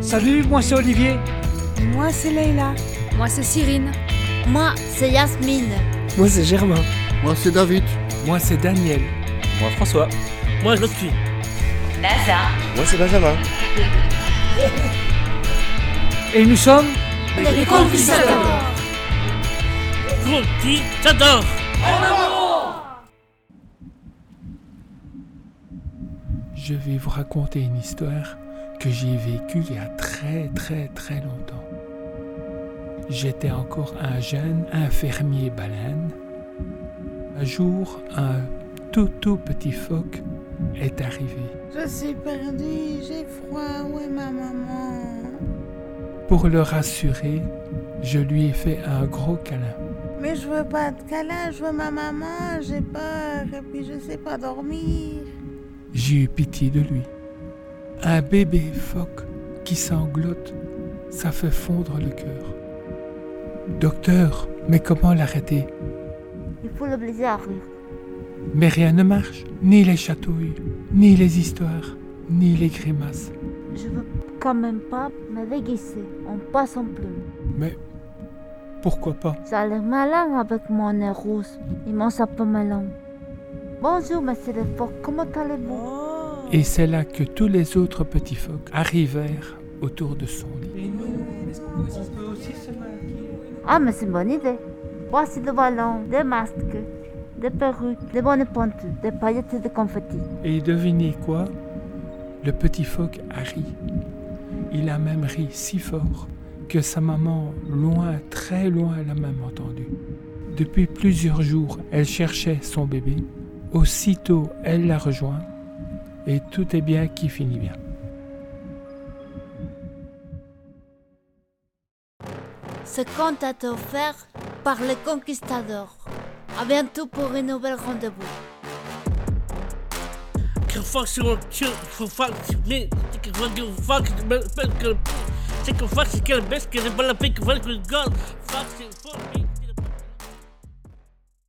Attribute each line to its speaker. Speaker 1: Salut, moi c'est Olivier.
Speaker 2: Moi, c'est Leïla.
Speaker 3: Moi, c'est Cyrine.
Speaker 4: Moi, c'est Yasmine.
Speaker 5: Moi, c'est Germain.
Speaker 6: Moi, c'est David.
Speaker 7: Moi, c'est Daniel.
Speaker 8: Moi, François.
Speaker 9: Moi, je suis.
Speaker 10: NASA.
Speaker 11: Moi, c'est Benjamin.
Speaker 1: Et nous sommes.
Speaker 12: Les, les conquistadors.
Speaker 9: Conquistadors.
Speaker 7: Je vais vous raconter une histoire que j'ai vécue il y a très très très longtemps. J'étais encore un jeune infirmier baleine. Un jour, un tout tout petit phoque est arrivé.
Speaker 2: Je suis perdu, j'ai froid, où est ma maman
Speaker 7: Pour le rassurer, je lui ai fait un gros câlin.
Speaker 2: Mais je veux pas de câlin, je veux ma maman, j'ai peur et puis je sais pas dormir.
Speaker 7: J'ai eu pitié de lui. Un bébé phoque qui sanglote, ça fait fondre le cœur. Docteur, mais comment l'arrêter
Speaker 4: Il faut le blizzarde.
Speaker 7: Mais rien ne marche, ni les chatouilles, ni les histoires, ni les grimaces.
Speaker 4: Je veux quand même pas me déguiser, on passe en plume.
Speaker 7: Mais pourquoi pas
Speaker 4: Ça a l'air malin avec mon nez rouge et mon sapin melon. Bonjour, monsieur le phoque, comment allez-vous oh.
Speaker 7: Et c'est là que tous les autres petits phoques arrivèrent autour de son lit.
Speaker 4: Ah, mais c'est une bonne idée. Voici des ballons, des masques, des perruques, des bonnes pointues, des paillettes et des confettis.
Speaker 7: Et devinez quoi Le petit phoque a ri. Il a même ri si fort que sa maman, loin, très loin, l'a même entendu. Depuis plusieurs jours, elle cherchait son bébé. Aussitôt, elle l'a rejoint. Et tout est bien qui finit bien.
Speaker 4: Ce conte a été offert par les conquistadors. A bientôt pour un nouvel rendez-vous.